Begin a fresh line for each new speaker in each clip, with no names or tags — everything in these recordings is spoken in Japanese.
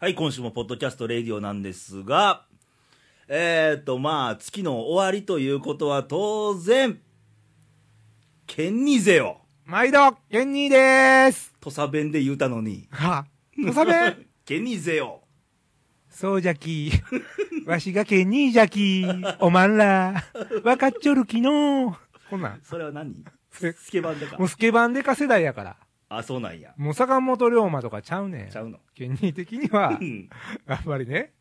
はい、今週もポッドキャストレディオなんですが、えーと、まあ、月の終わりということは当然、ケンニーゼよ。
毎度、ケンニーでーす。
土佐弁で言うたのに。
は、土佐弁
ケンニーゼよ。
そうじゃ き。わしがケンニーじゃき。おまんら、わかっちょるきのこんなん。
それは 何
え
スケバンだか
も。うスケバンデカ世代やから。
あ、そうなんや。
もう坂本龍馬とかちゃうねん
ち。ゃうの。
ケンニー的には
う、ん
やっぱりね。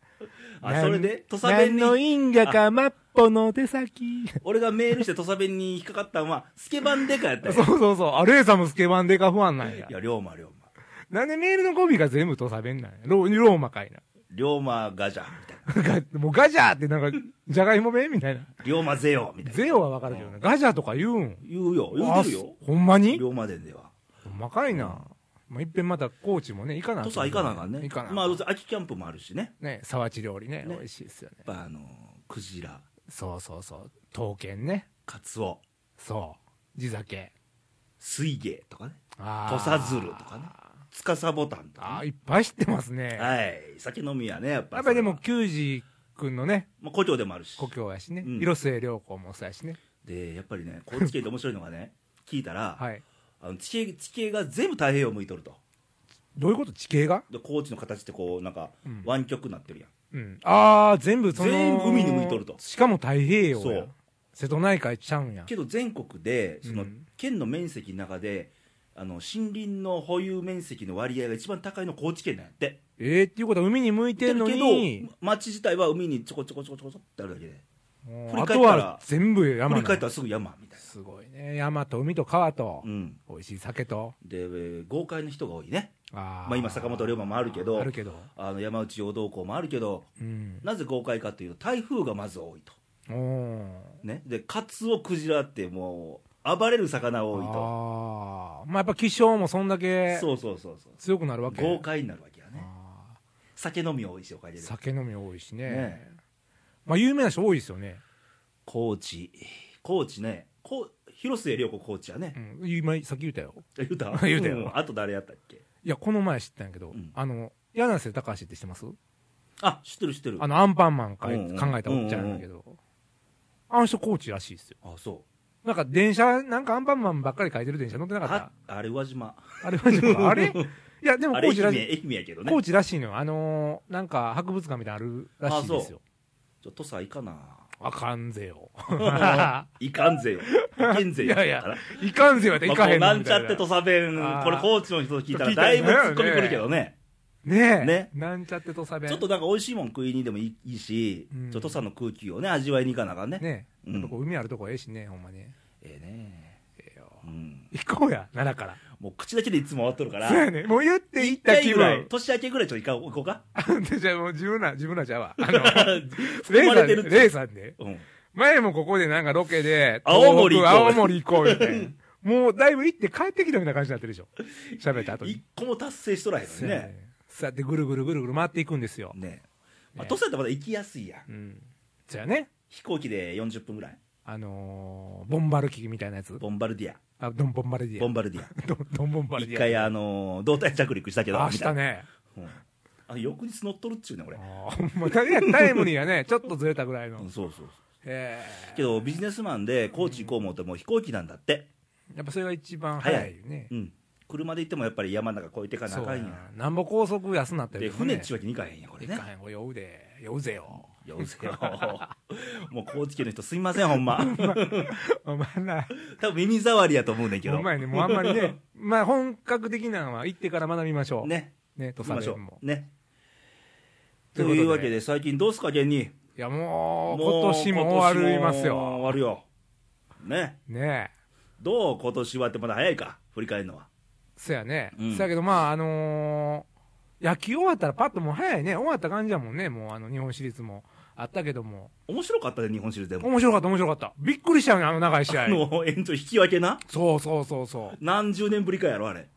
あ、それで、土佐
何
弁
の
に、
因果か、マッポの手先。
俺がメールして土佐弁に引っかかったんは、スケバンデカやった
そう
よ。
そうそう。あ、レイさんもスケバンデカファンなん
い。
や
や、龍馬龍馬。
なんでメールの語尾が全部土佐弁なんや。ロ龍馬かいな。
龍馬ガジャ、みたいな。
がもうガジャーってなんか、じゃがいも弁みたいな。
龍馬ゼよ、みたいな。
ゼオはわかるけどね。ガジャとか言うん。
言うよ、言うてるよ
あ。ほんまに
龍馬伝では。
ほんまかいな。まあ、いっぺんまた高知もね、行かな
土佐行かなあかんね。
行かなあかん。
まあ、どうせ秋キャンプもあるしね。
ね、沢地料理ね、
ね
美味しいですよね
や。っぱあのー、クジラ、
そうそうそう。刀剣ね。
カツオ、
そう。地酒。
水芸とかね。
あ
土
ー
佐鶴とかね。つかさぼたんと
あ
か
あ、
ね。
いっぱい知ってますね。
はい。酒飲みやね、やっぱ。
やっぱりでも、、球児くんのね、
まあ、故郷でもあるし。
故郷やしね。
うん
広末涼子もそうやしね。
で、やっぱりね、高知県って面白いのがね、 聞いたら、
はい。
あの地形地形が全部太平洋向いとると。
どういうこと地形が
で、高知の形ってこう、なんか
うん、
湾曲になってるやん。
うん。ああ、全部その。
全部海に向いとると
しかも太平洋や。
そう
瀬戸内海ちゃうんや。
けど、全国で、その、
うん
県の面積の中で、あの森林の保有面積の割合が一番高いの高知県なんやって。
えー、っていうことは海に向いてんのに
け、ど町自体は海にちょこちょこちょこちょこちょこってあるだけで
もう
振り
あ
返っ
と
たら
は全部山
振
なん
り
や
返ったらすぐ山みたい
すごいね。山と海と川と、
なうん
美味しい酒と。
でえー豪快な人が多いね
あ
ま
ー
あ今坂本龍馬もあるけど
あるけど。
あの山内陽道校もあるけど
うん。
なぜ豪快かというと台風がまず多いと
おー
ねでカツオクジラってもう暴れる魚多いと
あーまあやっぱ気象もそんだけ
そうそうそうそう
強くなるわけ。
豪快になるわけやね
あ
酒飲み多いしおかげ
ー
で
酒飲み多いしね。
ね
まあ有名な人多いですよね。
高知高知ねこう広末涼子高知やね
う、ん。今、さっき言ったよ。
言うた
言うたよ
んあと誰やったっけ
いや、この前知ったんやけど、
うん
あの、柳瀬隆って知ってます
あ知ってる知ってる
あの、アンパンマンかい、
うんうん
考えたおっちゃんやけど。あの人コーチらしいですよ。
あそう
なんか電車、なんかアンパンマンばっかり書いてる電車乗ってなかった
ああれ宇和島
あれマジか あれいや、でも
あ
コ
れ
ー
愛
チ
媛
らしい、
愛媛やけどね
コーチらしいのよ。あのー、なんか博物館みたいなのあるらしいですよ。
ちょっとさいかな
あかんぜよ。 い
いかんぜよいけんぜよ
いやいや
だから
かんぜよってい
まあ
か
も
へ
うんな
の
ん
み
ちゃ
た
っ
いな。
て土佐弁
あー
これ高知の人聞いた
聞
ら
いた
だ
ら
い
ね
ぶツッコミくるけどね
ねえ。
ね
なんちゃって土佐弁。
ちょっとなんか美味しいもん食いにでもいいし、
うん
ちょっと土佐の空気をね味わいに行かなあかんね
ね
うん
やっぱこう海あるとこええしね、ほんまね。
ええね
ええよ
うん
行こうや、奈良か。
もう口だけでいつも終わっとるからら
そうやね。もう言って行
一
った
回
気
ぐらい
分。
年明けぐらいちょっと行こうか
で じゃあもう自分ら、自分らじゃうわ。 あの、
生
レイ
まれ
さ
て
んで、
るって
レイさんで。
うん
前もここでなんかロケで、
青森行こう
東北青森行こうよね。 もうだいぶ行って帰ってきたみたいな感じになってるでしょ。喋った後
一
に。
個も達成しとらへんのにね
そうやってぐるぐるぐるぐる回っていくんですよ。
ねまあ土佐やってまだ行きやすいやん
うん。じゃあね、
飛行機で40分ぐらい
あのー、ボンバル機みたいなやつ。
ボンバルディア
あ、ドンボンバルディア。
ボンバルディア
ドンドンボンバルディ
一
ア。
回あのー胴体着陸したけど
あ、
み
した
い
た
な
ね。
うんあ翌日乗っとるっちゅうね俺
あーほんま、タイムリーやね、ち ょっとずれたぐらいの
うん。そうそうそう
え
けどビジネスマンで高知行こう思うともう飛行機なんだって
えやっぱそれが一番早いよね
う。ん車で行ってもやっぱり山の中越えてかなあ
そう
かんや
や。なんぼ高速安なった
で
りとかね
船っちゅうわけにいかへんやこれ
い
ね
かへん、これ酔うで。酔うぜよ。
よせよもう高知県の人すいませんほんま
お前ら、
多分耳障りやと思うねんけ
お
ど
前ね、もうあんまり ね、まあ本格的なのは行ってから学びましょう。。
ね
ね、
行
土
きま
佐
しょ
弁も。
うね
と
と
いうことで
いうわけで最近どうすか県に
いや、もう、
もう
今年も終わります
今年も終
よ。
わるよね
ねえ。
どう今年はってまだ早いか振り返るのは
そやね。
うん
そやけど、まあ、あのー野球終わったらパッともう早いね。終わった感じやもんね。もう、あの、日本シリーズもあったけども。
面白かったね日本シリーズでも
面白かった、面白かった。びっくりしたよね、あの長い試
あ
合。
の延長引き分けな
そうそうそうそう。
何十年ぶりかやろあれ、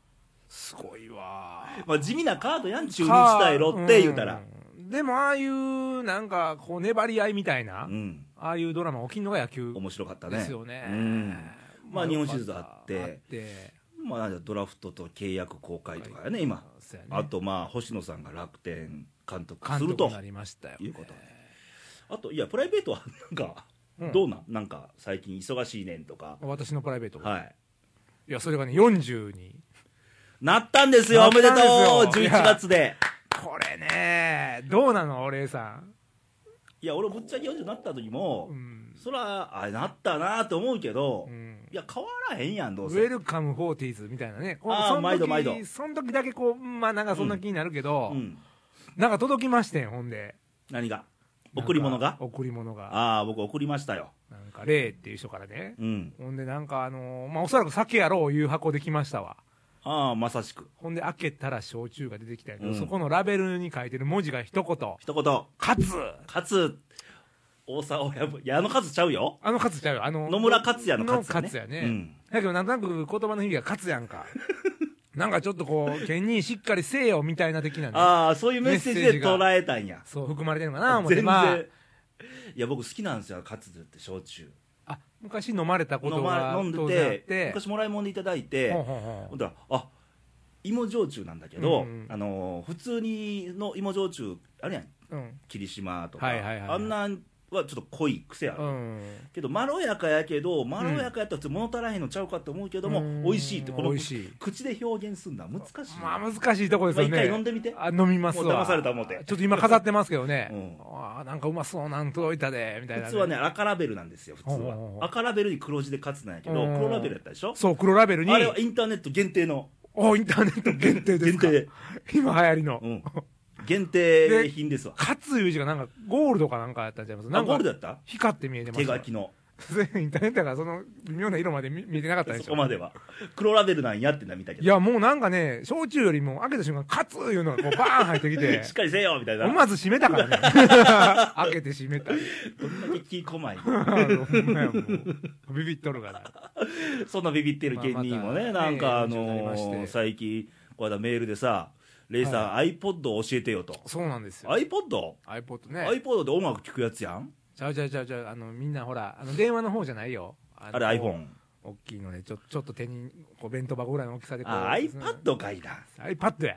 すごいわー。
まあ、地味なカードやん中日対ロッテ言うたら
んでも、ああいう、なんか、こう、粘り合いみたいな、
うん、
ああいうドラマ起きんのが野球
面白かったね
ですよね。
うんまあ日本シリーズあって
あって。
まあ、ドラフトと契約公開とかやね、今、
そうやね
あとまあ星野さんが楽天監督す
監
る
督
と
になりましたよ
いうことあといやプライベートはなんか、
うん
どうなんなんか最近忙しいねんとか
私のプライベート、
はい
い、やそれがね40に
なったんですよ
な
お
った
め
ん
で
で
すとう
よいや
11月で
これねどうなのお礼さ
いや俺ぶっちゃけ40になった時
ん、
も、
うん
そらあなったなと思うけど、
うん
いや変わらへんやんど
ウ
う
ェ
せ
ルカムフォーティーズみたいなねこう
あー
その時
毎度毎度
その時だけこうまあなんかそんな気になるけど、
うん
なんか届きましてんほんで
何が贈り物
なん
が
か贈り物が
ああ僕贈りましたよ
なんかレイっていう人からね、
うん
ほんでなんかあのーまあおそらく酒やろういう箱できましたわ
ああまさしく
ほんで開けたら焼酎が出てきたんやけど、
うん
そこのラベルに書いてる文字が一言
一言
「勝つ」
勝つ大沢親分いやあの勝つちゃうよ
あの勝つちゃうよあの
野村克也の勝つ
の勝
や
也
ね
ねだけどなんとなく言葉の意味が勝つや んかなんかちょっとこう「県にしっかりせえよ」みたいな的な
うん、
ね
ああそういうメッセージ
メッセ
で
ージが
捉えたんや
そう含まれてるのかな思っ
全
て
然、
まあ
いや僕好きなんですよ勝つって焼酎
あ昔飲まれたこと
飲,、
が
ま、飲ん
当然あっ
でて
て
昔もらい物でいただいて
ほんほんほ
ほ
ん
んだらあ芋焼酎なんだけど、
うんうん
あのー普通にの芋焼酎あれやん
うん
霧島とか、
はいはいはいはい
あんなんはちょっと濃い癖ある、
うん
けどまろやかやけどまろやかやったらちょっと物足らへんのちゃうかと思うけども、
うん
美味しいってこの
美味しい
口で表現するのは難しいな、
まあ難しいとこですよね、
まあ一回飲んでみて
あ飲みますわ
もう騙された思うて
ちょっと今飾ってますけどね、
うん
あーなんかうまそうなん届いたでみたいな、
普通はね赤ラベルなんですよ普通
ほうほうほう
は赤ラベルに黒字で勝つなんやけど
うん
黒ラベルやったでしょ
そう黒ラベルに
あれはインターネット限定の
おインターネット限定で
限
すか
定
今流行りの、
うん限定品ですわ
勝ついう字がなんかゴールドかなんかやったんちゃいますな
あ
ん
ゴー
か
ルドやった
光って見えてま
手
した
書きの
インターネットやからその微妙な色まで見見えてなかったでし
そこ
ょ
までは黒ラベルなんやってな見たけ
い
ど
やもうなんかね焼酎よりも開けた瞬間勝ついうのがこうバーン入ってき て
しっかりせよみたいな
思わず閉めたからね 開けて閉めた
どんだけ気こまい
あのほんまやもうビビっとるから
そんなビビってる芸人もね
ま
な
あまた
んかあ
ね40にな
の
りまして
ー最近この間メールでさレイさん iPod を教えてよと
そうなんですよ
iPod?iPod
iPod ね
で音楽聴くやつやん
ちゃうちゃうちゃうちゃうあのみんなほらあの電話の方じゃないよあ
あれ iPhone
大きいのでちょちょっと手にこう弁当箱ぐらいの大きさでこう
あ iPad かいな
iPad や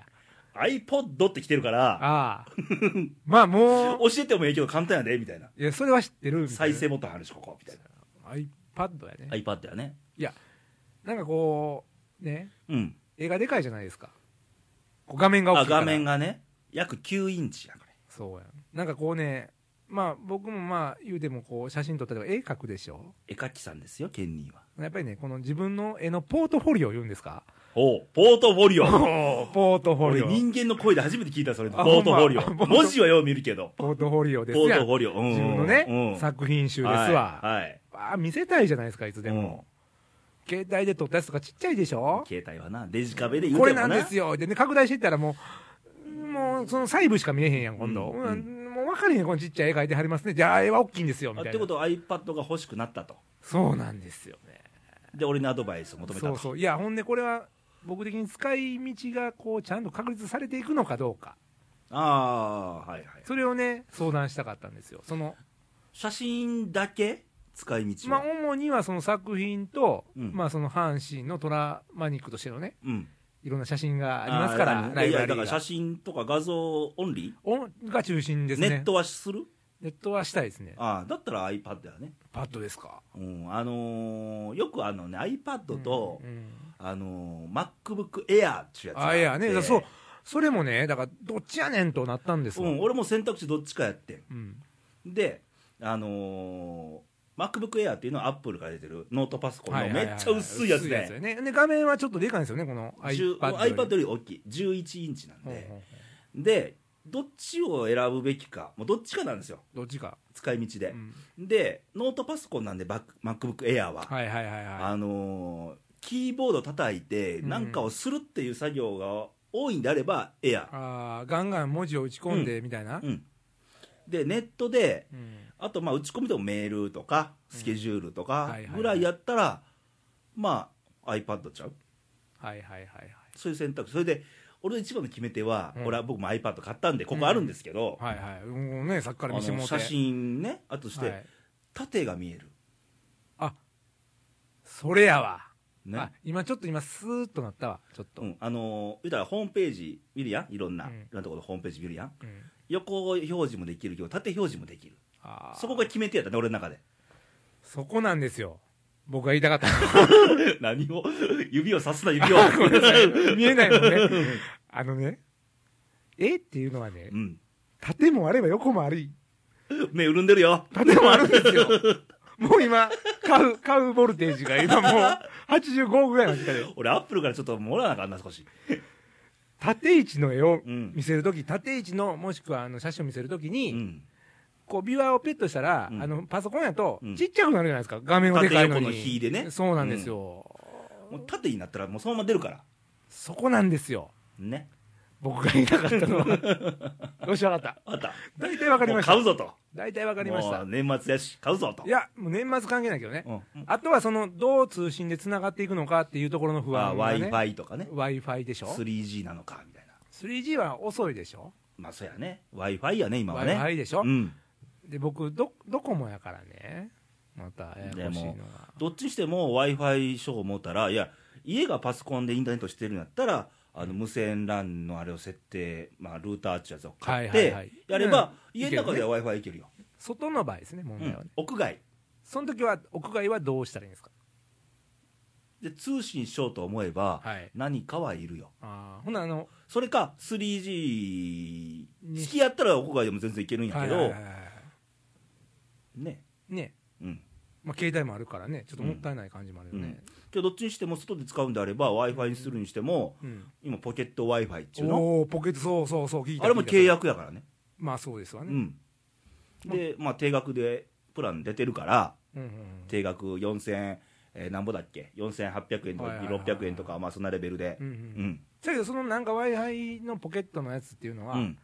iPod って来てるから
ああ まあもう
教えてもええけど簡単やでみたいない
やそれは知ってるみた
再
いな
生ボタンあるしここみたい
iPad やね、
な iPad やね
い、やなんかこうね
うん
映画でかいじゃないですかこう画面が大
あ
きいから
画面がね約9インチやこれ
そうやなんかこうねまあ僕もまあ言うてもこう写真撮ったりとか絵描くでしょ
絵描きさんですよケンニーは
やっぱりねこの自分の絵のポートフォリオ言うんですか
おうポートフォリオ
ポートフォ
俺
リオ
人間の声で初めて聞いたそれの
あ
ポートフ ォリ
ほん
オ
ま
文字はよう見るけど
ポートフォリオで
ポ
す
ー
や
ト
ん
フォリオうん
自分の
う
ね
ん
作品集です
は
わ
いはい
あ見せたいじゃないですかいつでも携帯で撮ったやつとかちっちゃいでしょ
携帯はなデジカメで言う
こ
て
れ
も
な
なん
ですよでね拡大していったらもうもうその細部しか見えへんやん今度、
う
うんんもう分かれへんこのちっちゃい絵描いてはりますねじゃあ絵は大きいんですよみ
あ
たい
っ
な
てことは iPad が欲しくなったと
そうなんですよね
で俺にアドバイスを求めた
そう
と
そういやほんでこれは僕的に使い道がこうちゃんと確立されていくのかどうか
ああはいはい
それをね相談したかったんですよその
写真だけ使い道
まあ
は
主にはその作品と、
うん
まあその阪神のトラマニックとしてのね
うん
いろんな写真がありますか
あ
ら
ー
ライ
いや
ブ
いやだ
ラリー
から
が
写真とか画像オンリ
おが中心で
ー、
すね
ネットはする
ネットはしたいですね
ああだったら iPad だよね、
パッドですか
うんあのーよくあのね iPad と、
うんうん
あのー MacBook Air っちゅうやつがあっ
あ
て
いやねだからそうそれもねだからどっちやねんとなったんです
う
わ
ん、俺も選択肢どっちかやってん
うん
であのー MacBook Air っていうのは Apple から出てるノートパソコン
はい
の
はいは
め
いはい
っちゃ薄いやつ
薄
で
ねで画面はちょっとでかいんですよねこの iPad
10
より
iPad より大きい11インチなん
ほうほう
で
ほう
でどっちを選ぶべきかもうどっちかなんですよ
どっちか、
使い道で
う、ん
でノートパソコンなんでバック MacBook Air は、
はいはいはいは
あのーキーボード叩いて
うん
何かをするっていう作業が多いんであれば Air
い、ああガンガン文字を打ち込んでみたいな、
うん、でネットで
うん
あとまあ打ち込みでもメールとかスケジュールと
うん
か
はいはいはい
ぐらいやったら、まあ iPad ちゃう
はいはいはいはい
そういう選択肢それで俺の一番の決め手は、
うん
俺は僕も iPad 買ったんでここあるんですけど、
はいはいもうねさっきから見せ
あ
ても
の
うて
写真ねあとして、
はい
縦が見える
あそれやわ
ね、
あ今ちょっと今スーッとなったわちょっと、
うん、あのー言うたらホームページ見るやんいろんな、
うん
いろんなところホームページ見るやん
うん
横表示もできるけど縦表示もできる
あー
そこが決め手やったね俺の 中で
そこなんですよ僕が言いたかった
何を 指をさすな指を
あごめんなさい 見えないもんねあのね絵っていうのはね
うん
縦もあれば横もあり
目潤んでるよ
縦もあるんです よもう今買う買うボルテージが今もう85ぐらいの時で
俺アップルからちょっともらわなあかんな少し
縦位置の絵を
うん
見せるとき縦位置のもしくはあの写真を見せるとき
う
に、
ん
こうビワをペットしたら、
うん
あのパソコンやと
うん
ちっちゃくなるじゃないですか、画面をでかいの
縦
に
横の比でね
そうなんですよ、
もう縦になったらもうそのまま出るから
そこなんですよ
ね
僕が言いたかったのは よしわかった
あった
大体わかり
もう
ました
買うぞと
大体わかりまし
も
た
う年末やし買うぞと
いやもう年末関係ないけどね、
うん
あとはそのどう通信でつながっていくのかっていうところの不
まあ
安
w
が、
i
ね、
f i とかね
w i f i でしょ
3G なのかみたいな
3G は遅いでしょ
まあそうやね w i f i やね今
w
は
i
ね
f i でしょ、
うん
で僕どドコモやからねまたややこしいの
で
が
どっちにしても w i f i 賞を持ったらいや家がパソコンでインターネットしてるんやったらあの無線 LAN のあれを設定、まあ、ルーターっていうやつを買っ
はいはいは
て
い
やれば、
うん
家の中
いけ
で
る
w i f i いけるよ、
外の場合ですね問
う
題はね、
ん、屋外
その時は屋外はどうしたらいいんですか
で通信しようと思えば、
はい
何かはいるよ
ああほなあの
それか 3G
に
好きやったら屋外でも全然いけるんやけど、
はいはいはいは
ね
いね
うん
まあ携帯もあるからねちょっともったいない感じもあるよね、
けどどっちにしても外で使うんであれば w i f i にするにしても、
うん
今ポケット w i f i っていうの
おおーポケットそうそうそう聞いた
あれも
聞いた
契約やからね
まあそうですわ
う
ね、
んでまあ定額でプラン出てるから
うんうんうん
定額4000えー、なんぼだっけ4800円とか
はいはいはいはい
600円とかまあそんなレベルで
うんう
うんん
だけどそのなんか w i f i のポケットのやつっていうの
う
は
ん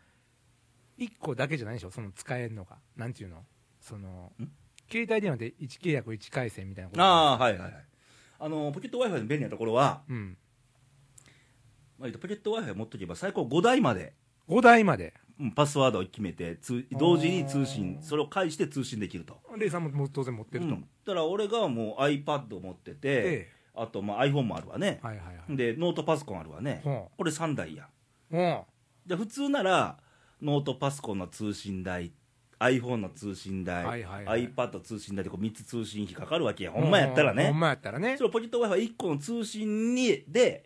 1個だけじゃないでしょその使えるのがなんていうのその
ん
携帯電話で1契約1回線みたいなこと
ああはいはいはいあのポケット w i f i の便利なところは、
うん
まあ、言うとポケット w i f i 持っとけば最高5台まで、
5台まで
うん、パスワードを決めて通同時に通信それを介して通信できると
レイさんももう当然持ってると、
うん、だから俺がもう iPad を持ってて、
え
あとまあ iPhone もあるわね、
はいはいはい、
でノートパソコンあるわね、
ほ
これ3台や
うほ
で普通ならノートパソコンの通信代 iPhone の通信代、
はいはいはい
iPad 通信代でこう3つ通信費かかるわけや
う
ほんまやったら
ほん
ね
まやったらね
それをポケット w i f i 1個の通信にで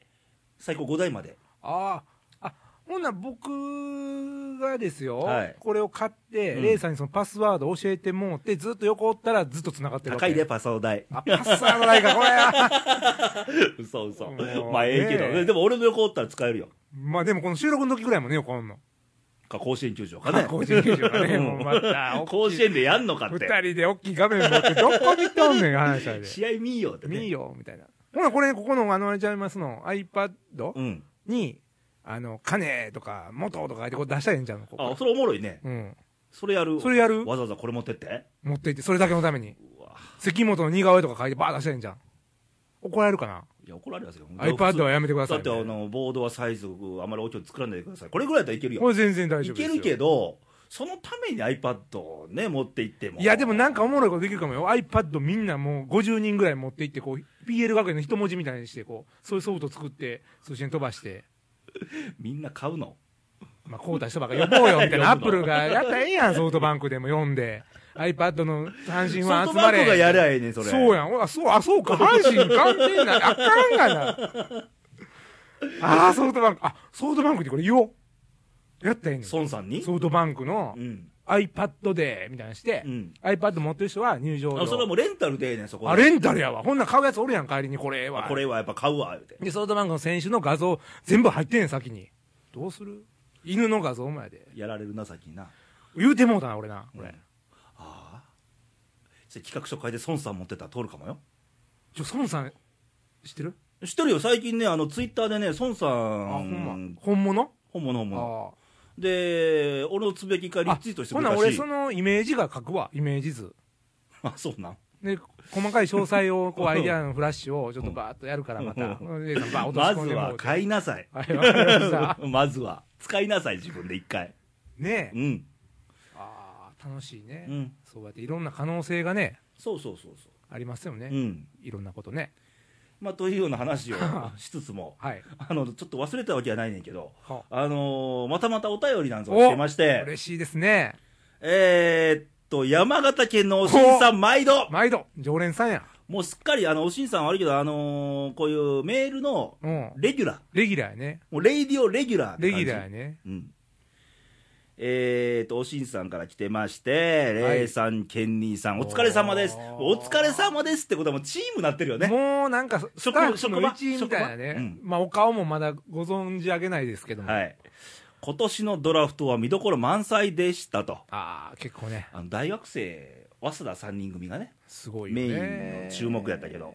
最高5台まで
ああ、あほんなら僕がですよ、
はい
これを買って、
うん
レイさんにそのパスワード教えてもうて、ずっと横おったらずっと繋がってるわ
高
け
いでパソコン代
あ、パスワードないか、これ は
嘘嘘
もう
まあええけど、
ねえ
でも俺の横おったら使えるよ
まあでもこの収録の時ぐらいもね、横おんの。
か甲子園球場かね
甲子園球 場がね、
うん
もうまた、大きい
甲子園でやんのかっ
二
て
人で大きい画面持って、どこ見とんねん、話はで。
試合 見ようってね
見いよ、みたいな。ほな、これ、ここの、あの、あれちゃいますの、iPad
うん
に、あの、金とか、元とか書いてこう出したらええんちゃうの、ここ
あそれおもろいね
うん。
それやる
それやる
わざわざこれ持ってって
持っていって、それだけのために。
うわ
関本の似顔絵とか書いてバー出したらいいんじゃん怒られるかない
や怒られますよ
iPad はやめてくださ
だ
い
ってあのボードはサイズあまり大きく作らないでくださいこれぐらいだったらいける
こ
よ
れ全然大
い
丈夫です
け
よ
るけどそのために iPad をね持って行っても
いやでもなんかおもろいことできるかもよ iPad みんなもう50人ぐらい持っていってこう PL 学園の一文字みたいにしてこうそういうソフト作って通信飛ばして
みんな買うの
まあこうた人ばっか呼ぼうよみたいな ア
呼ぶ
ッ
の
プルがやったらええやんソフトバンクでも読んで iPad の阪神
ソフ
は
ト
集
バ
ま
ンク
れ
がやりゃええねんそれ
そうやんほらそうあそうか阪神関係ないあかんがなああソフトバンクあソフトバンクってこれ言おうやったらええねん
孫さんに
ソフトバンクの
うん
iPad でみたいなのして、
うん
iPad 持ってる人は入場
あそれは
料
もうレンタルでええねんそこで
あレンタルやわほんなん買うやつおるやん帰りにこれは
あこれはやっぱ買うわ言うて
でソフトバンクの選手の画像全部入ってんねん先にどうする犬の画像もやで
やられるな先にな
言うてもうたな俺なこれ、
うんああそれ企画書書いて孫さん持ってったら通るかもよ
ちょ孫さん知ってる
知ってるよ最近ねあのツイッターでね孫さ
あほん
ん
ま本物
本物本
あ
物
ー
で、俺のつぶやきから
あ
リツイートしてく
ほ
れ
な
た
俺
し
そ、のイメージが書くわイメージ図
あそうなん、
で細かい詳細をこうアイデアのフラッシュをちょっと
うん
バーッとやるからまた、
う
レイさんバーッ
まず
落とし込んでも
は
うて
買いなさ い、
はいわかりました
まずは使いなさい、自分で一回、
ねえ
うん、
ああ楽しいね、
うん
そうやっていろんな可能性がね
そうそうそうそ
ありますよね、
う、うん、
いろんなことね
まあ、というような話をしつつも、
はい。
あの、ちょっと忘れたわけはないねんけど、
は
あのーまたまたお便りなんぞが来てまして、
嬉しいですね。
えーっと、山形県のおしんさん毎度
毎度、常連さんや。
もうすっかり、あの、おしんさん悪いけど、あのーこういうメールの
うん。
レギュラー、
レギュラーやね。
もうレイディオレギュラーって
レ
感
ギ
じ
ュラーやね。
うん。えーと、おしんさんから来てまして、
はい
レイさん、ケンニーさん、お疲れ様です。お
おー
疲れ様ですってことはもうチームなってるよね。
もうなんか、スタッフの一員みたいな
職場
ね
職。
まあ、お顔もまだご存じ上げないですけども。
はい。今年のドラフトは見どころ満載でしたと。
ああ、結構ね、
あの大学生、早稲田3人組がね、
すごいよ
メイ
ね。
ンの注目やったけど、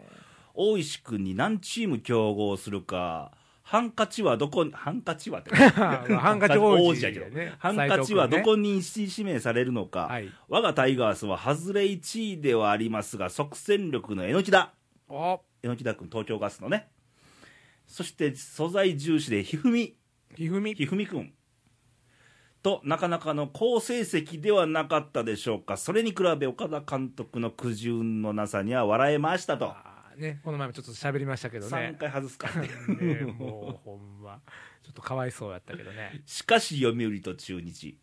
大石君に何チーム競合するか、ハンカチはどこに、ハンカチは って、
まあ ハンカチ王子
や
や
けど
けどね。
ハンカチはどこに指名されるのか、
はい。
我がタイガースは外れ1位ではありますが、即戦力の榎木田、
お
榎木田君、東京ガスのね、そして素材重視でひふみ、
ひふみ。
ひふみ君と、なかなかの好成績ではなかったでしょうか、それに比べ岡田監督の苦渋のなさには笑えましたと、
あーね、この前もちょっと喋りましたけど
3
ね。
回外すかっていう。
ねもうほんま、ちょっとかわいそうやったけど ね。
しかし、読売と中日、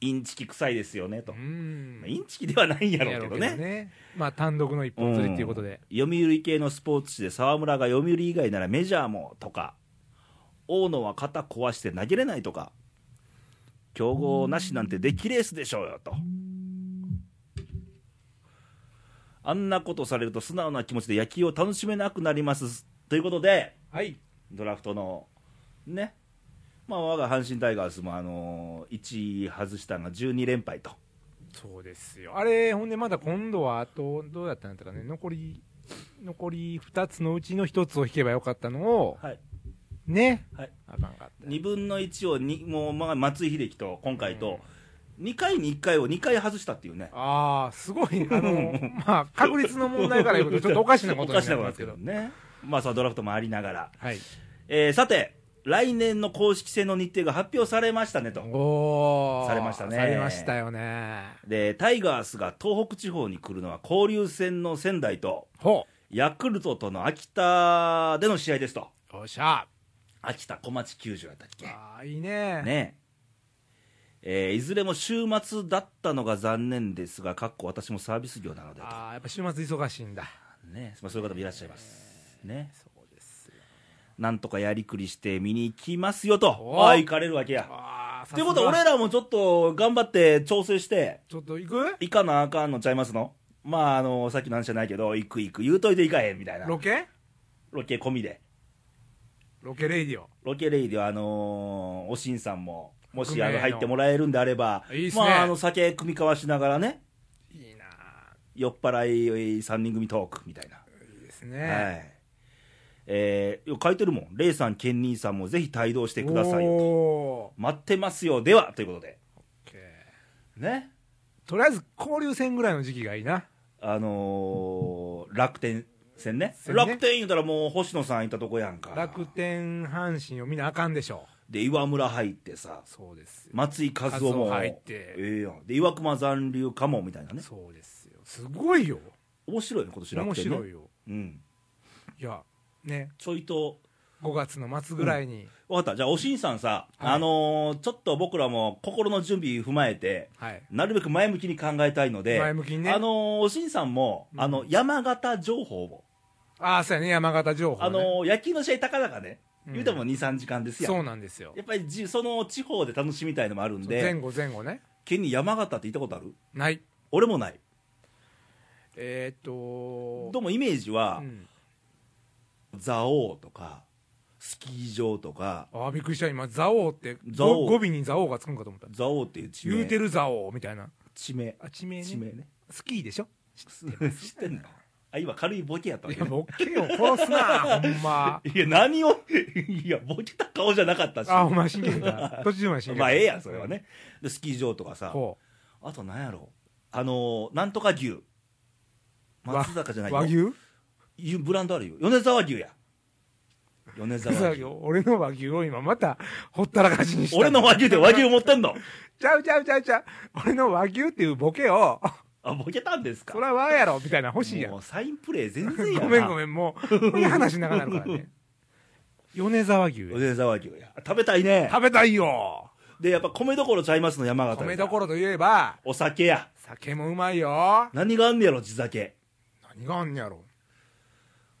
インチキ臭いですよねと
う、ん
インチキではないんやろうけどね。
ね。まあ、単独の一本釣りっていうことで。
読売系のスポーツ紙で沢村が読売以外ならメジャーもとか大野は肩壊して投げれないとか競合なしなんてできレースでしょうよとあんなことされると素直な気持ちで野球を楽しめなくなりますということで
はい。
ドラフトのねまあ我が阪神タイガースもあの1位外したのが12連敗と
そうですよ。あれ、ほんでまだ今度は、あと、どうやったんだったかね。残り、残り2つのうちの1つを引けばよかったのを、
はい
ね。
はい。
あかんかった。
2分の1をにもう、まあ、松井秀喜と今回
うん
と、2回に1回を2回外したっていうね、
ああ、すごい、あ の、まあ、確率の問題から言うと、ちょっとおかしなことになりますけ
お
ど
かし。なことですけどね、まあ、そのドラフトもありながら、
はい。
えーさて、来年の公式戦の日程が発表されましたねと、
おー
されましたね
されましたよね。
でタイガースが東北地方に来るのは交流戦の仙台と、
ほ
ヤクルトとの秋田での試合ですと、
う。よっしゃ。
秋田小町球場だったっけ、
ああ、いいね。
ねえーいずれも週末だったのが残念ですが、かっこ私もサービス業なのでと。
ああ、やっぱ週末忙しいんだ。
ね、まあ、そういう方もいらっしゃいます、ね、
そうです
なんとかやりくりして見に行きますよと、
お
ああ、行かれるわけや。
ああ、
ということは、俺らもちょっと頑張って調整して、
ちょっと行く
行かなあかんのちゃいますの、まあ、あのさっきの話じゃないけど、行く行く、言うといて行かへんみたいな、
ロケ
ロケ込みで、
ロケレイディオ。
ロケレイでは、あのーおしんさんも、もし
運命の
あの入ってもらえるんであれば、
いいっすね
まあ、あの酒、組み交わしながらね、
いいなあ
酔っ払い3人組トークみたいな。
いいですね。
はいえー書いてるもん、レイさん、ケンニーさんもぜひ帯同してくださいよと
お
待ってますよではということで、
ー OK
ね
とりあえず交流戦ぐらいの時期がいいな。
あのー楽天戦ね
戦ね
楽天言うたらもう星野さんいたとこやんか、
楽天、阪神をみんなあかんでしょ
で岩村入ってさ
う。、そうですよ。
松井和夫も
和夫入って
ええやんで岩隈残留かもみたいなね、
そうですよ。すごいよ。
面白いね、今年楽
面
天ね、
白いよ。
うん、
いや、ね、
ちょいと、
5月の末ぐらいに、
分かった、じゃあ、おしんさんさ、
はい
あのーちょっと僕らも心の準備踏まえて、
はい。
なるべく前向きに考えたいので、
前向きにね
あのーおしんさんも、
うん
あの山形情報を、
ああ、そうやね、山形情報、ね。
あのー野球の試合、たかだかね、
うん
言うても2、3時間ですやん
そうなんですよ。
やっぱりじその地方で楽しみたいのもあるん
前
で、
後前後ね。
県に山形って行ったことある
ない。
俺もない、
えー、っと、
どうもイメージは
う、ん、
蔵王とか、スキー場とか、
ああ、びっくりした。今、蔵王って、
蔵
ご
王
語尾に蔵王がつくんかと思った。
蔵王っていう地名、
言うてる蔵王みたいな。
地名、
あ、地名
地
ね。
名ね、
スキーでしょ
知ってんのあ今、軽いボケやったわ
い
け、
や、
ね、
ボケを殺すな、ほんま。
いや、何を、いや、ボケた顔じゃなかったし。
あ、ほんま、真剣 だ。途中まで真剣
まあええやんそれは。ねでスキー場とかさ
ほ
あとなんやろあのーなんとか牛
わ
松坂じゃな
う。
い
和
よ
牛
牛ブランドあるよ米沢牛や米沢 牛
俺の和牛を今また、ほったらかしにした。
俺の和牛で和牛持ってんの
ちゃうちゃうちゃうちゃう。俺の和牛っていうボケを、
あ、ボケたんですか
そらわーやろみたいな欲しいやん
も。うサインプレー全然やな。
ごめんご
ん。
めん、もう、こういう話長なるか らね。米沢牛。
米沢牛や。食べたいね。
食べたいよ。
で、やっぱ米どころちゃいますの、山形。
米どころといえば、
お酒や。
酒もうまいよ。
何があんねやろ、地酒。
何があんねやろ。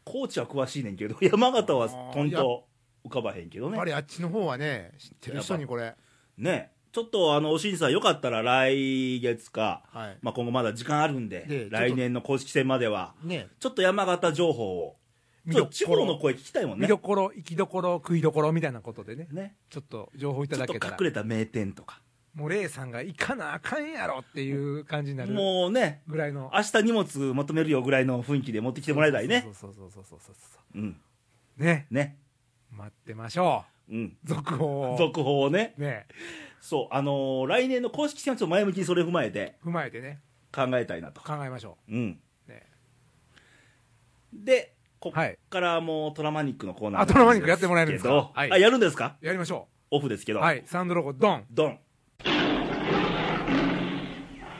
高知は詳しいねんけど、 山形はとん
あーい
と浮かばへんけど
やっぱ
ね。
りあっちの方はね、知ってる人にこれ、
ね。ちょっと、あの、おしんさん、よかったら来月か、
はい。
まあ、今後まだ時間あるん
でちょ
で
っ、と
来年の公式戦までは、
ね、
ちょっと山形情報を、ちょっと地方の声聞きたいもん
見
ね。
どころ、行きどころ、食いどころみたいなことでね、
ね。
ちょっと情報い
ち
た
ょっ
だ
と
け
隠
たら、
れた名店とか。
もうレイさんが行かなあかんやろっていう感じになる
もうね、
ぐらいの。
明日荷物まとめるよぐらいの雰囲気で持ってきてもらいたいね
そうそうそうそうそうそうそ
うん
う。ね、
ね
待ってましょ
うん
う。続報を。
続報をね
ね、
そうあのー来年の公式戦はちょっと前向きにそれ踏まえて
踏まえてね、
考えたいなと
考えましょ
うん
う。ね。
でこ
は
っ
い。
からもうトラマニックのコーナー
あトラマニックやってもらえるんですか
けど
はい
あやるんですか
やりましょ
オフですけ
う。
ど
はい。サウンドロゴ、ドン。
ドン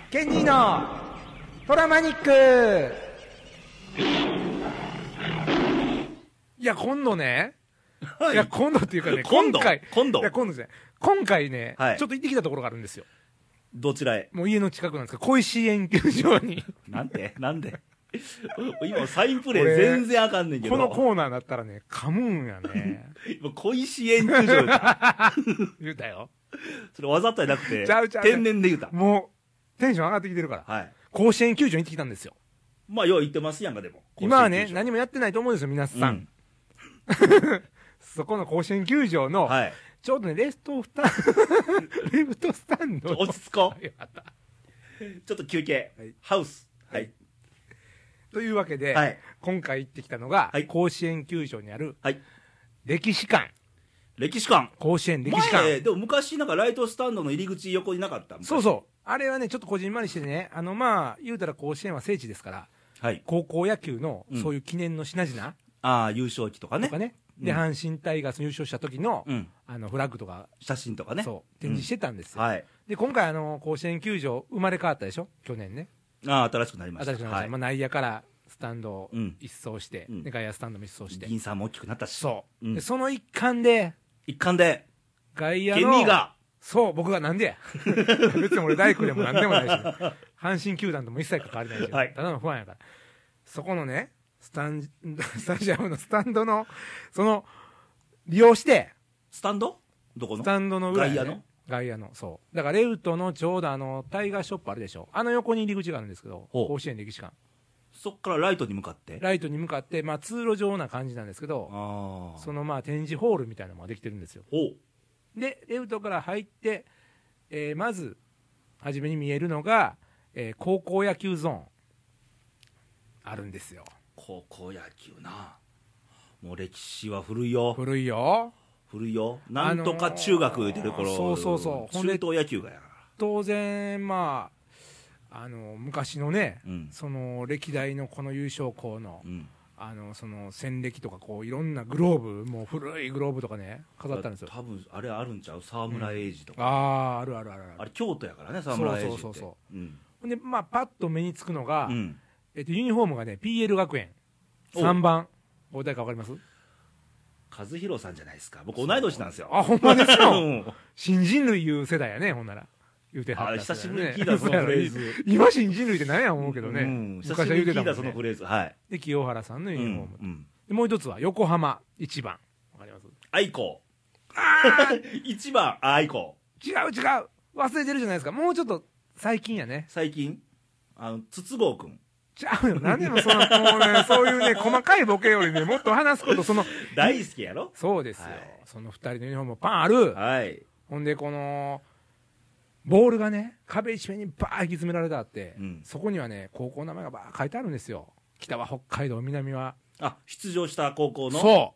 ケニーのトラマニックいや、今度ね、、
はい
や、今度っていうかね、
今度
回、
今度
いや、今度ですね、今回ね、
はい
ちょっと行ってきたところがあるんですよ。
どちらへ
もう家の近くなんですけど、小石園球場に、
なんでなんで 今サインプレー全然あかんねんけど
このコーナーだったらね、噛むんや ね。
今小石園球場 だ
言うたよ。
それわざとじゃなくて
ちゃうちゃう
天然で言うた
もう、テンション上がってきてるから。
はい
甲子園球場に行ってきたんですよ。
まあよう言ってますやんかでも
今はね
甲、子園球場
何もやってないと思うんですよ、皆さん。
うん
そこの甲子園球場の、
はい
ちょうどね、レフトスタンレフトスタンドの。
落ち着 こう
よかった
ちょっと休憩、
はい
ハウス、はい、
というわけで、
はい
今回行ってきたのが、
はい
甲子園球場にある
はい、
歴史館。
歴史館、
甲子園歴史
前、
館。
でも昔、なんかライトスタンドの入り口横になかった
そう
う、
そう。あれはね、ちょっとこじんまりしてね、あの、まあ、言うたら甲子園は聖地ですから、
はい、
高校野球の
うん
そういう記念の品々
ああ、優勝旗とかね
とかね、で、
うん
阪神タイガース優勝した時の、
うん、
あの、フラッグとか、
写真とかね、
そう、展示してたんですよ。
はい、
で、今回、あの、甲子園球場、生まれ変わったでしょ去年ね。
ああ、新しくなりました、
新しくなりました
は
まあ、内野からスタンドを
うん
一掃して、
うん
で外野スタンドも一掃
い
して、
銀さんも大きくなったし、
そう、
うん
でその一環で、
一貫で、
外野
ケミ
の、
ーが、
そう、僕がなんでや、別に俺、大工でもなんでもないし、阪神球団とも一切関わりないし、
はい
ただのファンやから、そこのね、スタン スタジアムのスタンドの、その、利用して、
スタンドどこの
スタンドの裏、ね、
外野の
外野の、そう。だから、レウトのちょうどあの、タイガーショップあるでしょ。あの横に入り口があるんですけど、
ほう
甲子園歴史館。
そっからライトに向かって、
ライトに向かって、まあ、通路上な感じなんですけど、
ああ、
そのまあ展示ホールみたいなのができてるんですよ。
おう
で、レフトから入って、えーまず、初めに見えるのが、えー高校野球ゾーン、あるんですよ。
高校野球な、もう歴史は古いよ、
古いよ。
古いよ、なんとか中学出る頃、
そうそうそうほん
中
で
東野球がや
当然、まあ、あの、昔のね、
うん
その、歴代のこの優勝校の、
うん
あの、その、戦歴とか、こう、いろんなグローブ、もう古いグローブとかね、飾ってあるんですよ。
多分あれあるんちゃう沢村栄治とか、
あー、あるあるあるあ
あ
る。
れ京都やからね沢村栄治って
そうそうそう
うん
ほんで、まあ、パッと目につくのが、
うん
えっと、ユニフォームがね、PL 学園、
お
3番、大田かわかります
和弘さんじゃないですか僕同い年なんですよ
あ、ほんまです
う
よ。
ん
新人類いう世代やね、ほんなら。言うては
あ
っ
れ
た
久し
世代
ぶり
ね、
に聞いたそのフレーズ
今新人類って何や思うけどね。
うん久し
昔
ぶ
は
り
言う
に
て
聞いた
た
そ
もん
の
ね
フ。レーズはい
で、清原さんのユニフォー
う
ム。
んうん
で、もう一つは横浜1番。わかります
愛子 一番あ愛子
違う違う忘れてるじゃないですか。もうちょっと最近やね。
最近あの筒香君
違うよ。何でもその、も うね、そういうね、細かいボケよりね、もっと話すこと、その、
大好きやろ
そうですよ。
はい
その二人のユニフォームパンある。
はい
ほんで、この、ボールがね、壁一面にバーッ引き詰められたって、
うん
そこにはね、高校の名前がバーッ書いてあるんですよ。北は北海道、南は。
あ出場した高校の
そ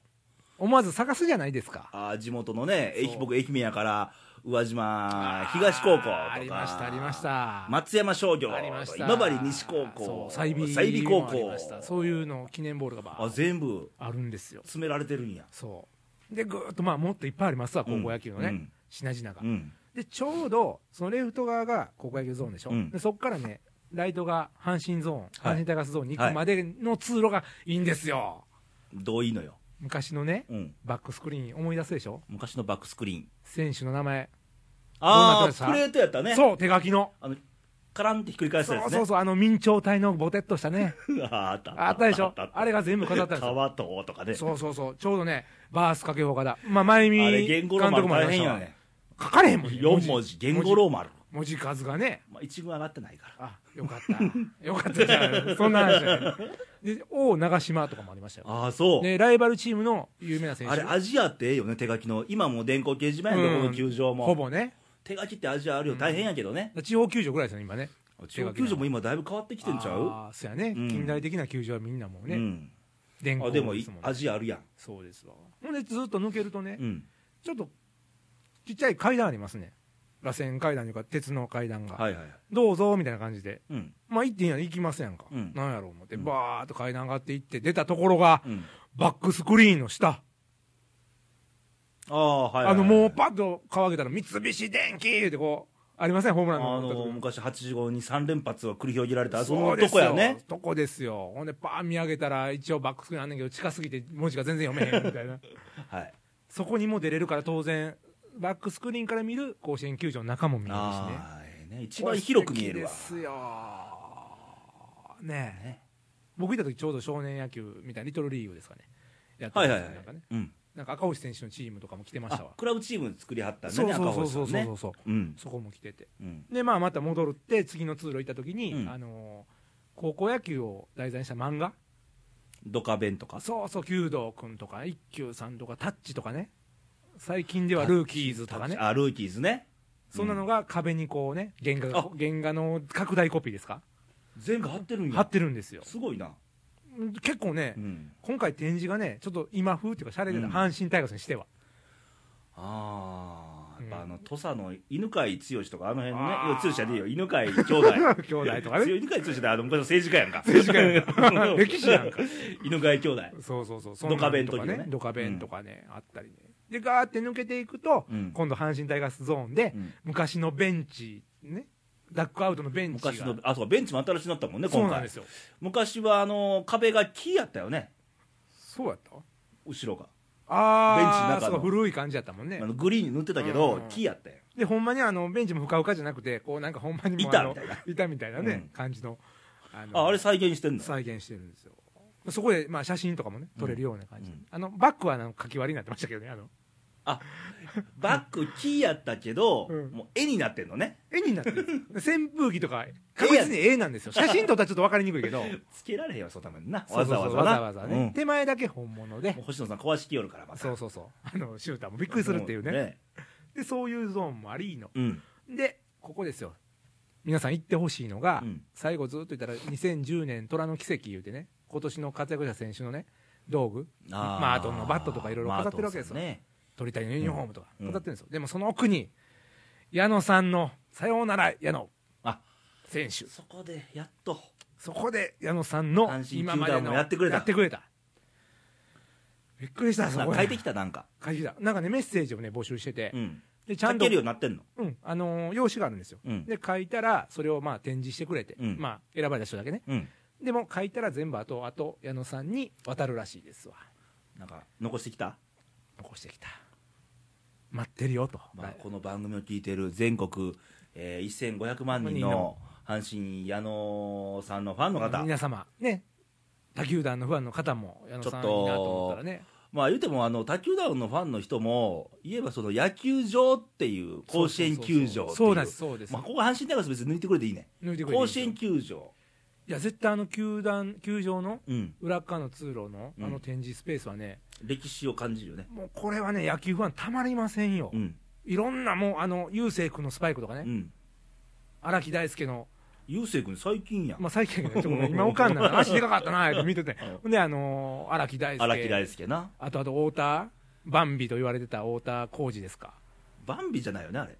う思わず探すじゃないですか。
あ地元のね
そう
駅僕愛媛やから宇和島東高校とか
あーありました、ありました。
松山商業
ありました
今治西高
そ
校
う、西美
済美高
もありま
校
したそういうの、記念ボールがバ
あ
ーッ
全部
あるんですよ。
詰められてるんや
そう。で、ぐーっと、まあ、もっといっぱいありますわ、高校野球のね、
うん
品々が
う。ん
で、ちょうど、そのレフト側が高校野球ゾーンでしょ。
うん
でそこからね、ライトが阪神ゾーン、
はい
阪神タイガースゾーンに行くまでの通路がいいんですよ、
どういいのよ、
昔のね、
うん、
バックスクリーン、思い出すでしょ、
昔のバックスクリーン、
選手の名前、
あ
どうなってま
あ、
した
プレートやったね、
そう、手書きの、
あのカランってひっくり返した
そ
や
う
つね
そう、そう、あの明朝体のボテっとしたね、
あーあった
あったでしょ、
あった
あれが全部飾ってあるんですよ
川ととかね、
そうそうそう、ちょうどね、バース掛け岡田、まあ、前見
あれ、言
監
語ロー
督も
マ
あ
ル
り
大
ま
変
した
や
わ
ね、
書かれへんもんね
4文字、言語ローマル、
文字数がね、
まあ、一軍上がってないから、
あよかった、よかったじゃん、そんな話じゃない。で、王長島とかもありましたよ。
ああ、そう、
で、ライバルチームの有名な選手。
あれ、アジアってええよね、手書きの、今もう電光掲示板やで、
うん
この球場も、
ほぼね。
手書きってアジアあるよ、大変やけどね、
地方球場ぐらいですよね、今ね。
地方球場も今、だいぶ変わってきてんちゃう、
ああ、そうやね。
うん
近代的な球場はみんなもう
う
ね、
ん、
電
あ
光
でもい
すんね
アジアあるやん、
そうですわ。ほんで、ずっと抜けるとね
う、ん、
ちょっと、ちっちゃい階段ありますね。螺旋階段というか、鉄の階段が。
はいはい、
どうぞ、みたいな感じで。
うん、
まあ、行っていいやん、行きますやんか
うん。
なんやろう思って、
うん
バーっと階段上がって行って、出たところが
う、ん、
バックスクリーンの下。
ああ、はい、はい、
あの、もうパッと乾けたら、三菱電機ってこう、ありません、ホームラン
あ
の
の
時
昔85に3連発は繰り広げられた、そ
そ
の
うで
と
す
こ
よ
やね、
とこですよ。ほんで、パーン見上げたら、一応バックスクリーンあんねんけど、近すぎて文字が全然読めへんみたいな。
はい、
そこにも出れるから、当然、バックスクリーンから見る甲子園球場の中も見えるしね。
ああ、ええね、一番広く見えるわ
これ。素敵ですよ。ねえ。
ね
僕いた時ちょうど少年野球みたいな、リトルリーグですかね。やって
は
ま
い
し
は
た
い
ね
はい
なんかね。。
うん。
なんか赤星選手のチームとかも来てました
あ
わ。
クラブチーム作りはったね、
そう
赤
そうそう
星さ
そうんそう
ね
そう。。そう
うん。
そこも来てて。
うん。
で、まあ、また戻るって、次の通路行った時に、
うん
あのー高校野球を題材にした漫画、
ドカベンとか。
そうそう、弓道君とか、一休さんとか、タッチとかね、最近ではルーキーズとかね、
あ、ルーキーズね。
そんなのが壁にこうね、原画が
あ
原画の拡大コピーですか、
全部貼ってるん
貼
や
っ。てるんですよ。
すごいな。
結構ね、
うん。
今回展示がね、ちょっと今風っていうか、洒落てた、
うん
阪神タイガースにし ては。
ああ、やっ
うん
ぱあの、土佐の犬飼剛とか、あの辺ね
あー。
いや剛じゃねえよ。犬飼兄弟。
兄弟とかね
強い犬飼剛ってあの、昔の政治家やんか。
政 治家やんか歴史やんか。
犬飼兄弟。
そうそうそう、
ドカベンと
そ
か
んな
ね
んとかドカベンとかね、あったりね。で、ガーって抜けていくと、
うん
今度、阪神タイガースゾーンで、
うん
昔のベンチ、ね、ダックアウトのベンチが。
昔の、あ、そうか、ベンチも新しくなったもんね、
そう
今
なん
回
です。よ。
昔は、あの、壁が木やったよね、
そうやった
後ろが。ベンチの
あ
中
あ、
の
そう古い感じやったもんね
あ。のグリーンに塗ってたけ
う
ど
ん、
木やったよ。
で、ほんまにあの、ベンチもふかふかじゃなくて、こうなんかほんまにもうあの
板みたい、
板みたいな
うん
ね、感じの。あの
あ、あれ再現してんの
再現してるんですよ。そこで、まあ、写真とかもね、撮れるような感じ
うん。
あの、バックはあの、書き割りになってましたけどね、あの、
バック木やったけど、
うん
もう絵になってんのね
絵になってる んですよ。扇風機とか、確実に絵なんですよ。写真撮ったらちょっと分かりにくい けど、
つけられへんよそのためにな
そう
わ
そう
ざ
そ
わ
う
ざな
わざわざ
うん
ね。手前だけ本物で
もう、星野さん壊しきよるからまた
そうそうそう。あの、シューターもびっくりするっていうね。で、そういうゾーンもありの。
うん
で、ここですよ。皆さん行ってほしいのが、
うん
最後ずっと言ったら2010年虎の奇跡言うてね、今年の活躍した選手のね、道具、マートンのバットとかいろいろ飾ってるわけですよ
マートンさんね
鳥谷のユニフォームとか
うん
飾ってるんですよ。でもその奥に、矢野さんの、さようなら矢野
あ
選手。
そこでやっと
そこで矢野さんの
阪、神
今まで
球団
の、
もやってくれた
びっくりした、そ
な
こ
んか
で
変えてきたなんか、
書いてきたなんかね、メッセージをね、募集してて、
うん、
で、ちゃ
書
んと
ける、ようになってんの
うん、あのー用紙があるんですよ。
うん
で、書いたら、それをまあ展示してくれて、
うん
まあ、選ばれた人だけね。
うん
でも書いたら全部あとあと矢野さんに渡るらしいですわ
なんか残してきた、
残してきた待ってるよと、
まあ、この番組を聞いてる全国、えー、1500万人の阪神矢野さんのファンの方
皆様ね他球団のファンの方も矢野さん
ちょっと
いいなと思ったらね
まあ言うてもあの他球団のファンの人も言えばその野球場っていう甲子園球場ってい
そうそうそうそうなんですそうです
まあ、ここ阪神タイガース別に抜いてくれていいね
抜いてくれていい
甲
です
子
よ
園球場
いや絶対あの球団球場の
うん
裏側の通路の
うん
あの展示スペースはね、
歴史を感じるよね
もうこれはね野球ファンたまりませんよ、
うん
いろんなもうあの雄星君のスパイクとか
う
ね
ん
荒木大輔の
雄星君最近やん
まあ最近やけどちょっと今おか んな足でかかったなって見てて
うん
ほんであのー荒木大輔
荒木大輔な
あとあと太田バンビと言われてた太田浩二ですか
バンビじゃないよねあれ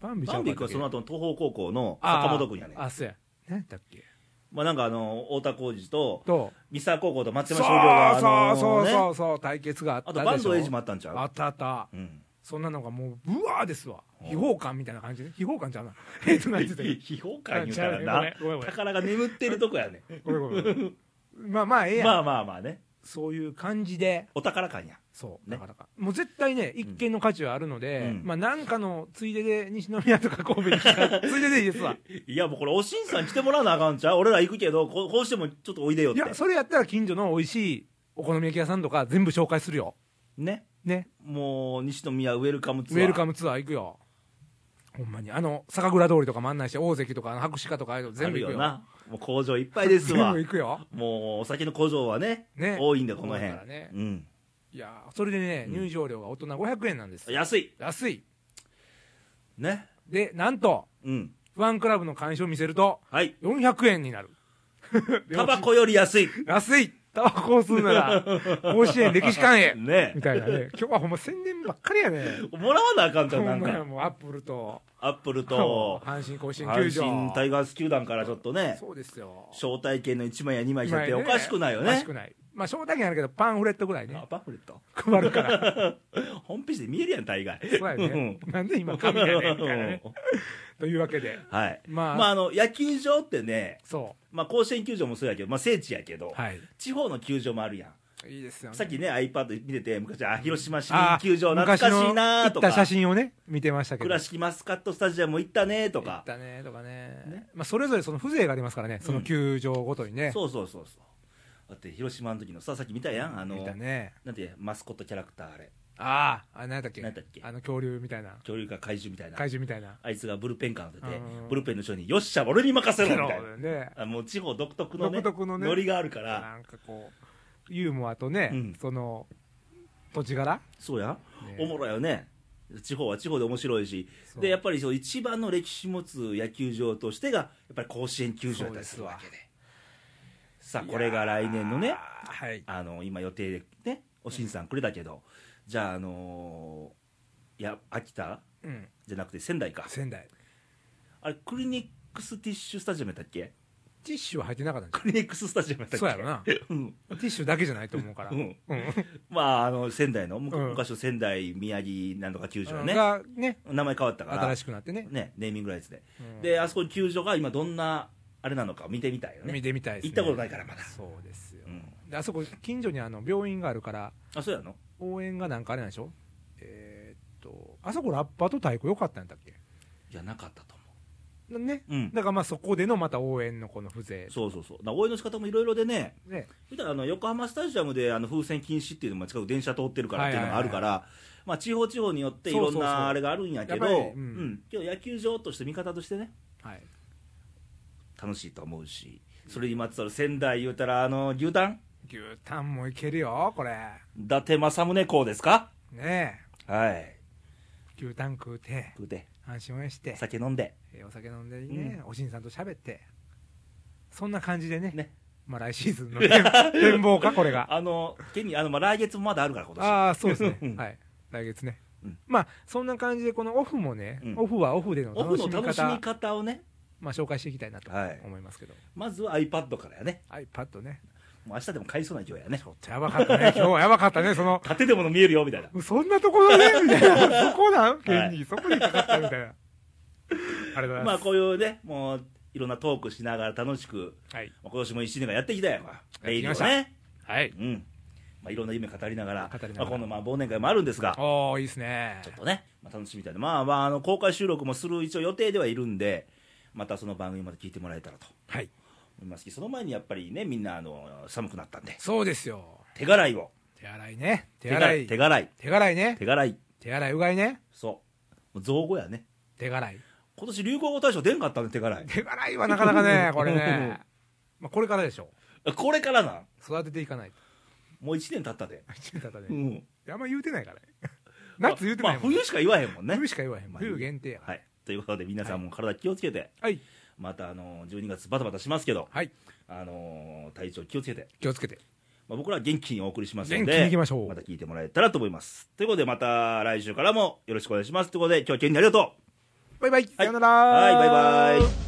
バンビちゃ
バ
う
ン
か
ビ
った
君
っ
は
け
その後の東邦高校の
あー
坂本君やね
あそうや何やったっけ
まあなんかあの太田浩二と
と
三沢高校と松
そ
山
う
商業があの
そうそう
ね
そうそう対決があった
あ
で
と
しょ
坂東エイジもあったんちゃう
あったあった
うん
そんなのがもうブワーですわ秘宝館みたいな感じね秘宝館ちゃうなえっとなんて 言ったらいい
秘宝館言うたらな
ごめんごめんごめん
宝が眠ってるとこやね
ごめんごめんごめ んまあまあええやん、
まあまあまあね
そういう感じで
お宝館や
そう、
ね
なかなかもう絶対ね一見の価値はあるので、
うん
まあなんかのついでで西宮とか神戸に来 たらついででいいですわ
いやもうこれおしんさん来てもらわなあかんちゃう俺ら行くけどこうこうしてもちょっとおいでよっ
い
て
やそれやったら近所の美味しいお好み焼き屋さんとか全部紹介するよ
ね
ね
もう西宮ウェルカムツ
ウ
アー
ェルカムツアー行くよほんまにあの酒蔵通りとかも案内して大関とか白鹿とかああいうの全部行
あ
く
る
よ
よなもう工場いっぱいですわ
全部行くよ
もうお酒の工場はね
ね
多いんでこの
そうだから
辺、
ね
うん
いやーそれでね
うん
入場料が大人500円なんですよ
安い
安い
ね
でなんと
うん
ファンクラブの会社を見せると
はい
400円になる
タバコより安い
安いタバコを吸うなら甲子園歴史館へ
ね
みたいなね今日はほんま宣伝ばっかりやね
もらわなあかんじゃ
ほ
んなん
んまや
か
もうアップルと
アップルと
阪神甲子園球
阪
場
神タイガース球団からちょっとね
そうですよ
招待券の1枚や2枚じゃって
まあ
おかしくないよ
おかし
ね
くないまあ招待券あるけどパンフレットぐらいね
あパンフレット
配るから
ホームページで見えるやん大概
そうやね。なんで今神やねんみたいなね。というわけで、
はい
まあ、
まああの野球場ってね
そ
まあ甲子園球場もそうやけどまあ聖地やけど
う。はい。
地方の球場もあるやん
いいですよね。
さっきね iPad 見てて昔あ広島市
あ
民球場懐かしいなーと
昔の行った写
か
真をね、見てましたけど。
倉敷マスカットスタジアム行ったねーと
行
か
ったねとかね。まあそれぞれその風情がありますからね、その球場ごとにね。
そうそうそうそうだって広島の時のささっき見たやんあの
見たね。
なんてマスコットキャラクターあれ
ああ、あれ何だっけ
何やったっけ
あの恐竜みたいな。
恐竜か怪獣みたいな
怪獣みたいな。
あいつがブルペンから出て
うん
ブルペンの人に「よっしゃ俺に任せろ」みたいな
ね。
あもう地方独特のね
独特のね
ノリがあるから
なんかこう、ユーモアと
う
ね
ん、
その、土地柄
そうや、
ね
おもろいよね地方は地方で面白いし
そう
でやっぱりそう一番の歴史持つ野球場としてがやっぱり甲子園球場だったりするわけでさあこれが来年の
い
ね
やーはい。
あの今予定でねおしんさんくれたけど、じゃああのーいや秋田
うん。
じゃなくて仙台か
仙台。
あれクリニックスティッシュスタジアムやったっけ
ティッシュは入ってなかったんじゃ
クリニックススタジアムやったっけ
そうやろ な。
うん
ティッシュだけじゃないと思うから。
う
うん
ん。まああの仙台のむ
うん
昔の仙台宮城なんとか球場ね、
がね、
名前変わったから
新しくなってね。
ね、ネーミングライツで、
うん
であそこの球場が今どんなあれなのか見てみたいよね
見てみたいですね
行ったことないからまだ
そうですよ
う。ん、
であそこ、近所にあの病院があるから、
あそうやの
応援がなんかあれなんでしょえーっと、あそこラッパーと太鼓良かったんだっけ
いやなかったと思
なね。
ううん
だからまあそこでのまた応援のこの風情。
そうそうそうだから応援の仕方もいろいろでね
ね。
見たらあの横浜スタジアムであの風船禁止っていうのも近く電車通ってるからっていうのがあるから、まあ、地方地方によっていろん
そうそうそう
なあれがあるんやけど
やっぱりうん
うんけど野球場として見方としてね
はい。
楽しいと思うしそれにまつわる仙台言うたらあの牛タン
牛タンもいけるよ、これ。
伊達政宗公ですか
ね
はい
え。牛タン食うて、
食うて
阪神応援して、
酒飲んで
えーお酒飲んでね、おしんさんと喋って。そんな感じでね。
ね
まあ来シーズンの ね展望か、これが。
あの現にあの、まあ、来月もまだあるから今年。
ああ、そうですね
うん
はい。来月ね。
うん
まあ、そんな感じで、このオフもね、
うん
オフはオフでの
オフ
楽し
の
み
楽しみ
方、
方をね、
まあ、紹介していきたいなと
はい
思いますけど。
まずは iPad からやね、
iPad ね。
もう明日でも買いそうな勢いやね
ち、ょっとやばかったね。今日はやばかったね。その、
縦でもの見えるよみたいな、
そんなとこ ろね、みたいな。そこなん権利、そこにかかったみたいな。ありがとうござい
ま
ま
あ
す。
こういうね、もういろんなトークしながら楽しく、
はい。
まあ今年も1年間やってきたやんか、
やってきました
ね、
はい。
うんまあ、いろんな夢語りながら、
語りながら
まあ、今度まあ忘年会もあるんですが、
おー、いいですね
ちょ。っとね、まあ、楽しみたいな、まあまあ、あの公開収録もする一応予定ではいるんで、またその番組まで聞いてもらえたらと
はい。
思いますし、その前にやっぱりね、みんなあの寒くなったんで、
そうですよ。
手洗いを、
手洗いね。手洗い。
手洗い、
手洗いね。
手洗い、
手洗い、うがいね。
そう、もう造語やね。
手洗い。
今年流行語大賞出んかったね手洗い
手洗いはなかなかね、これね。まあ、これからでしょう。
これからなん
育てていかないと。
もう1年経ったで、
一年経ったね
ん、
あんま言うてないからね。夏言うてない
まあ
もん、
冬しか言わへんもんね
冬しか言わへん。
まあ
冬限定やから。
はいということで皆さんも体気をつけて、
はい。
またあのー12月バタバタしますけど、
はい。
あのー体調気をつけて、
気をつけて。
まあ、僕らは元気にお送りしますので
元気に行きましょう
た聞いてもらえたらと思いますということでまた来週からもよろしくお願いしますということで今日はケンにありがとう
バイバイ。さよなら。
はいバイバイ